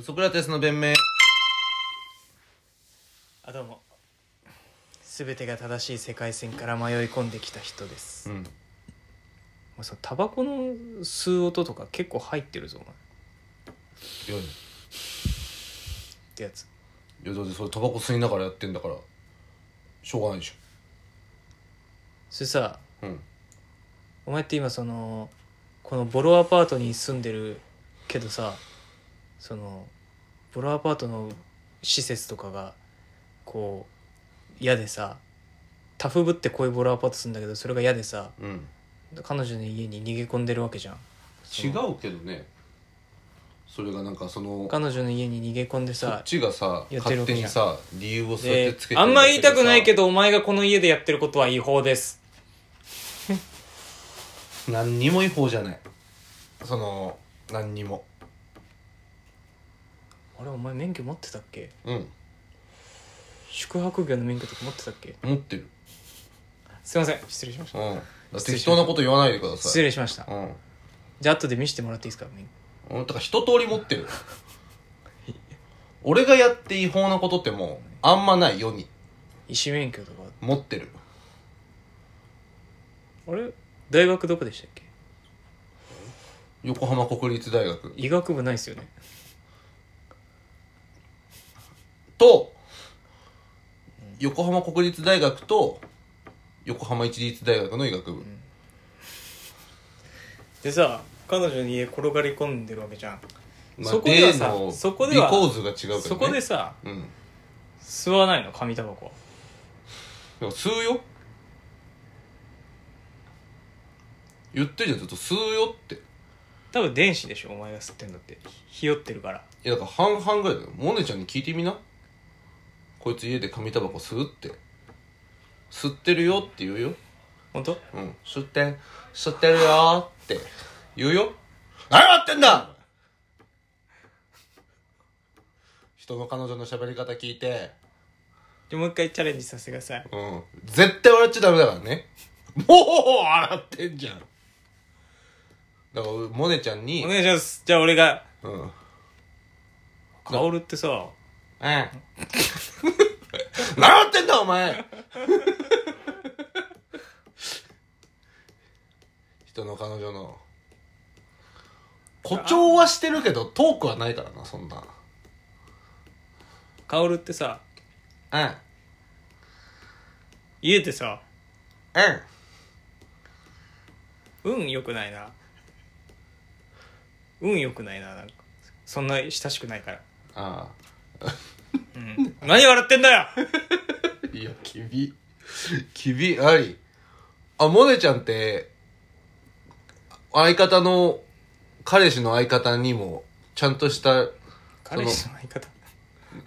ソクラテスの弁明あどうも全てが正しい世界線から迷い込んできた人ですうんお前さタバコの吸う音とか結構入ってるぞおいや前っいてやつやだってそれタバコ吸いながらやってんだからしょうがないでしそれさょうんお前って今そのこのボロアパートに住んでるけどさそのボロアパートの施設とかがこう嫌でさタフブってこういうボロアパートするんだけどそれが嫌でさうん彼女の家に逃げ込んでるわけじゃん違うけどねそれがなんかその彼女の家に逃げ込んでそっさちがさやって勝るわけ手じゃにんさ理由をそうやっでてつけてあんま言いたくないけどどお前がこの家でやってることは違法です何にも違法じゃないその何にもあれお前免許持ってたっけうん宿泊業の免許とか持ってたっけ持ってるすいません失礼しましうたんだから適当なこと言わないでくださ失い礼しましたうんじゃあ後で見せてもらっていいですか免許うんだから一通り持ってる俺がやって違法なことってもうあんまない世に医師免許とか持ってるあれ大学どこでしたっけ横浜国立大学医学部ないですよねと横浜国立大学と横浜市立大学の医学部でさ彼女の家転がり込んでるわけじゃん、まあそこでは例さのそこではリコーズが違うからねそこでさうん吸わないの紙タバコはでも吸うよ言ってるじゃんずっと吸うよってい多分電子でしょお前が吸ってんだってひよってるからやだから半々ぐらいだよモネちゃんに聞いてみなこいつ家で紙タバコ吸うって吸ってるよって言うよ本当うん吸って吸ってるよって言うよ何やってんだ人の彼女の喋り方聞いてでもう一回チャレンジさせてくださいうん絶対笑っちゃダメだからねもう笑ってんじゃんだからモネちゃんにお願いしますじゃあ俺がうん。うん。薫ってさ 何やってんだお前 人の彼女の。誇張はしてるけど、トークはないからな、そんな。薫ってさうん。家でさうん。運良くないな運良くないななんかそんな親しくないから、あうん、何笑ってんだよあ。いや、きび。きびあり。あ、モネちゃんって、相方の、彼氏の相方にも、ちゃんとした彼氏の相方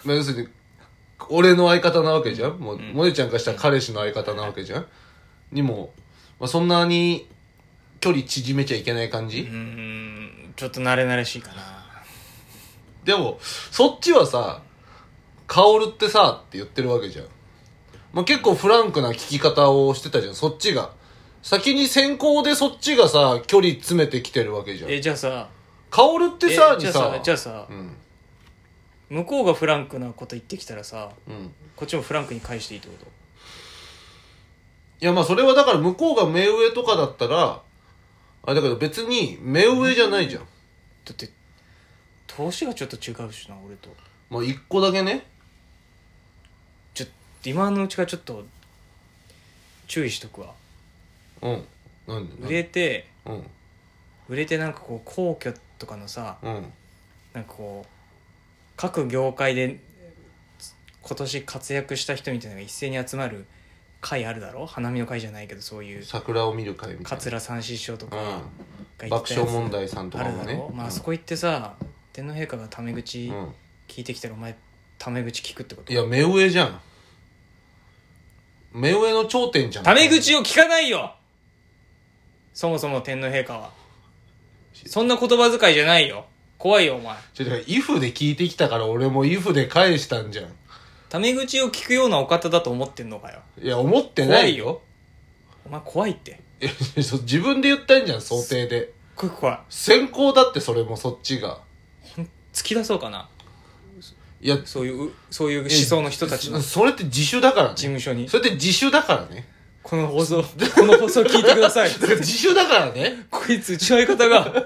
まあ、要するに俺の相方なわけじゃんもう、ん萌ちゃんからしたら彼氏の相方なわけじゃんにも、まあ、そんなに距離縮めちゃいけない感じ、うーんちょっと慣れ慣れしいかなでもそっちはさ「薫ってさ」って言ってるわけじゃん、まあ、結構フランクな聞き方をしてたじゃんそっちが先に先行でそっちがさ距離詰めてきてるわけじゃんえじゃあさ「薫ってえさ」にじゃあささじゃあさうん向こうがフランクなこと言ってきたらさうんこっちもフランクに返していいってこといやまあそれはだから向こうが目上とかだったらあれだけど別に目上じゃないじゃん、だって投資がちょっと違うしな俺とまあ一個だけねちょっと今のうちからちょっと注意しとくわうんなんで売れてうん売れてなんかこう皇居とかのさうんなんかこう各業界で今年活躍した人みたいなのが一斉に集まる会あるだろ花見の会じゃないけどそういう桜を見る会みたい桂三枝師匠とかな、がうん、言っ爆てたやつ笑問題さんとあかるもだねろ、まああそこ行ってさ天皇陛下がタメう口ん、うん聞いてきたらお前タメ口聞くってこといや目上じゃん目上の頂点じゃんタメ口を聞かないよそもそも天皇陛下はそんな言葉遣いじゃないよ怖いよお前ちょだからイフで聞いてきたから俺もイフで返したんじゃんタメ口を聞くようなお方だと思ってんのかよいや思ってな怖いいよお前怖いっていやそう自分で言ったんじゃん想定ですっごい怖い先行だってそれもそっちが突き出そうかないやそういうそういう思想の人たちのえ事それって自主だからね務所にそれって自主だからねこの放送この放送聞いてください自主だからねこいつうちの相方が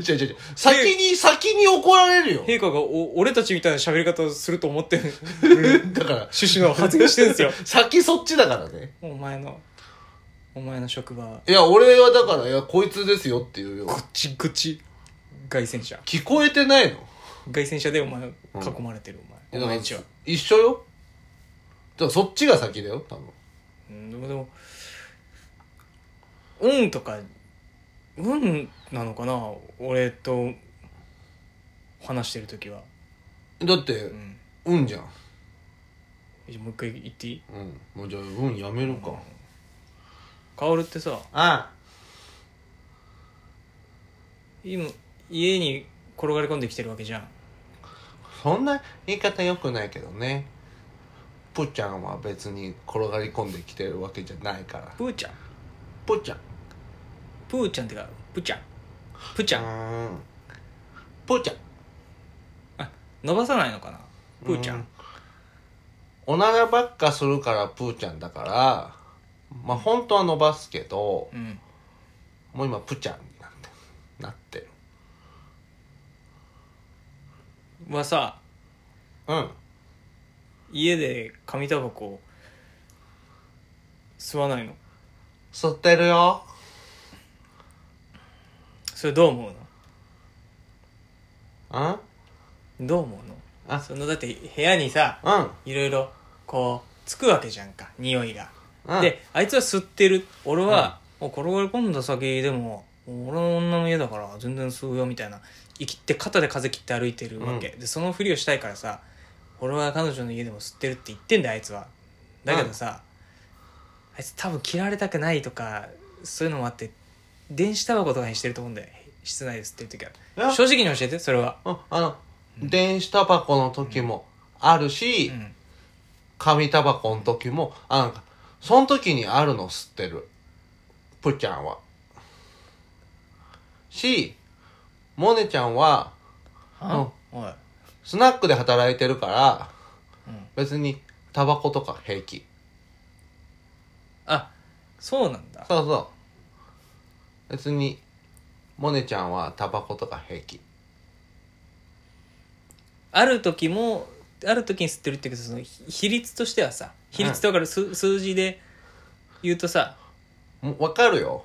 違う違う違う先に先に怒られるよ陛下がお俺たちみたいな喋り方をすると思ってるだから趣旨の発言してるんですよ先そっちだからねお前のお前の職場はいや俺はだからいやこいつですよっていうよこっちこっち凱旋者聞こえてないの凱旋者でお前は囲まれてる、お前お前んちは一緒よだからそっちが先だよ多分うんでもでも運とか運なのかな俺と話してる時は、だってうん、運じゃんじゃあもう一回言っていいうんもうじゃあ運やめるか薫ってさあ今家に転がり込んできてるわけじゃんそんな言い方よくないけどねぷーちゃんは別に転がり込んできてるわけじゃないからプーちゃんぷーちゃんプーちゃんってかプーちゃんプーちゃんんぷーちゃん伸ばさないのかなプーちゃん、うおならばっかするからぷーちゃんだからまあ本当は伸ばすけどうん、もう今ぷーちゃんになってなってるはさうん家で紙タバコを吸わないの吸ってるよそれどう思ううんのどう思うのあそのだって部屋にさうんいろいろこうつくわけじゃんか匂いが、うんであいつは吸ってる俺は、もう転がり込んだ先でももう俺の女の家だから全然吸うよみたいな生きて肩で風切って歩いてるわけ、でそのふりをしたいからさ俺は彼女の家でも吸ってるって言ってんだよあいつはだけどさ、あいつ多分嫌われたくないとかそういうのもあって電子タバコとかにしてると思うんだよ室内で吸ってる時えは正直に教えてそれは、うんあの、電子タバコの時もあるし、うん、紙タバコの時も、あ、なんか、その時にあるの吸ってる。ぷーちゃんは。し、モネちゃんは、あおいスナックで働いてるから、うん別にタバコとか平気。あそうなんだそうそう。別に、モネちゃんはタバコとか平気。ある時もある時に吸ってるっていうけどそのひ比率としてはさ比率って分かる、数数字で言うとさもうわかるよ。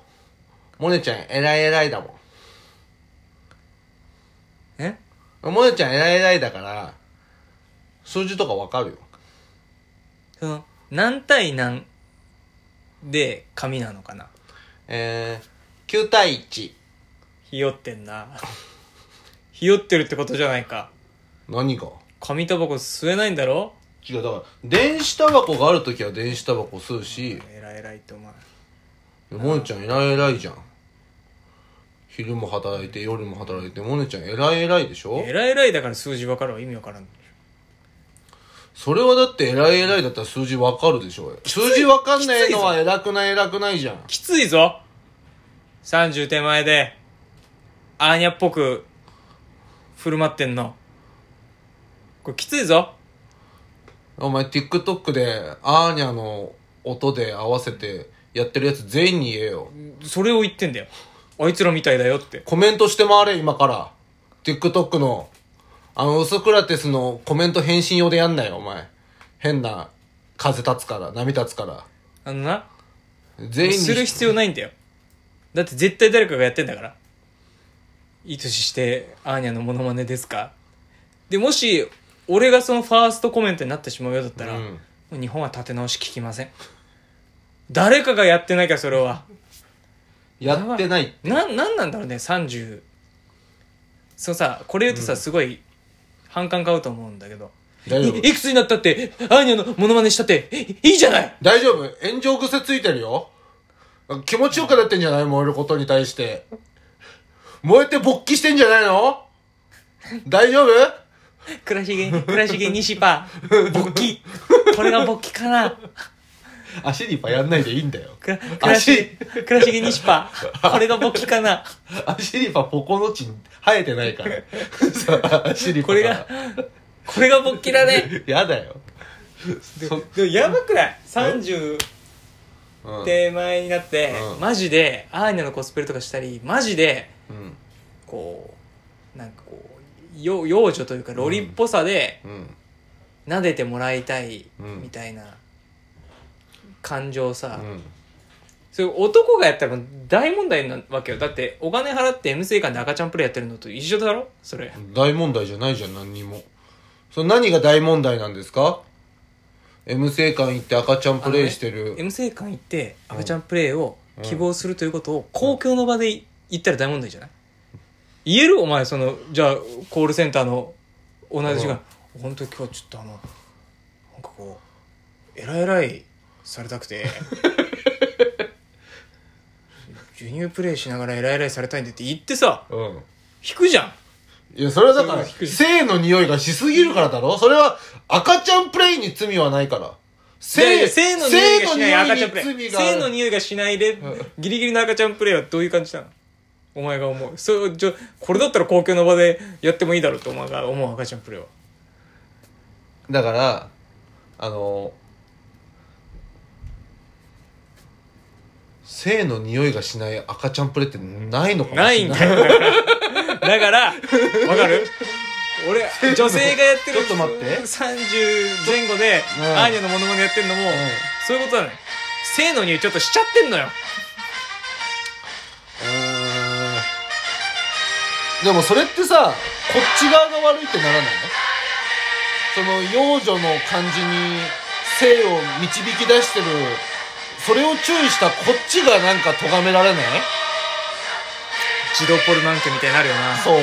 モネちゃん偉い偉いだもん。えもねちゃん偉い偉いだから、数字とかわかるよ。その何対何で紙なのかなえー、9対1。ひよってんな ひよってるってことじゃないか何が紙タバコ吸えないんだろ違う、だから、電子タバコがあるときは電子タバコ吸うし、えらいえらいってお前もねちゃん偉い偉いじゃん。昼も働いて、夜も働いて、もねちゃん偉い偉いでしょえらいえらいだから数字分かるわ意味分からんそれはだって偉い偉いだったら数字わかるでしょ数字わかんないのは偉くない偉くないじゃん。きついぞ30手前でアーニャっぽく振る舞ってんのこれきついぞお前 TikTok で、アーニャの音で合わせてやってるやつ全員に言えよ。それを言ってんだよあいつらみたいだよってコメントして回れ、今から。TikTok の、あの、ウソクラテスのコメント返信用でやんなよ、お前。変な、風立つから、波立つから。あのな全員するに、必要ないんだよだって絶対誰かがやってんだからいい年してアーニャのモノマネですかでもし俺がそのファーストコメントになってしまうようだったら、うんもう日本は立て直し聞きません誰かがやってなきゃそれはやってない。ななんなんだろうね30そのさこれ言うとさ、すごい反感買うと思うんだけど大い丈夫。いくつになったってアーニャのモノマネしたっていいいじゃない大丈夫。炎上癖ついてるよ。気持ちよくなってんじゃない燃えることに対して。燃えて勃起してんじゃないの大丈夫倉重倉重西 パ勃起これが勃起かな足にパやんないでいいんだよ。くら倉重倉重西パこれが勃起 かな アシリパポコの地に生えてないから。さあ、アシリパこれがこれが勃起 だねやだよでそでもやばくない30うん手前になって、うんマジでアーニャのコスプレとかしたりマジでうんこうなんかこうよ幼女というかロリっぽさでうん撫でてもらいたいうんみたいな感情さ、うんそれ男がやったら大問題なわけよだってお金払って MC 館で赤ちゃんプレイやってるのと一緒だろそれ大問題じゃないじゃん何にもそれ何が大問題なんですか M 星館行って赤ちゃんプレイしてる、 MC 館行って赤ちゃんプレイを希望するということを公共の場で言ったら大問題じゃない言えるお前そのじゃあコールセンターの同じ時間本当に今日ちょっとあのなんかこうえらいえらいされたく て授乳プレイしながらえらいえらいされたいんでって言ってさうん引くじゃんいや、それはだから、それは低い性の匂いがしすぎるからだろそれは、赤ちゃんプレイに罪はないから。いやい性や性の匂いがしない赤ちゃんプ性の匂レいに罪イがある性の匂いがしないでギリギリの赤ちゃんプレイはどういう感じなのお前が思うそうじゃこれだったら公共の場でやってもいいだろうとお前が思う赤ちゃんプレイはだから、あの、性の匂いがしない赤ちゃんプレイってないのかもしれな。ないいん だよだからだからわかる俺女性がやってるちょっと待って30前後でうんアーニャのモノマネやってるのもそういうことだね性の匂いちょっとしちゃってんのようーんでもそれってさ、こっち側が悪いってならないのその幼女の感じに性を導き出してる、それを注意したこっちがなんか咎められない自動ポルマン家みたいになるよなそう。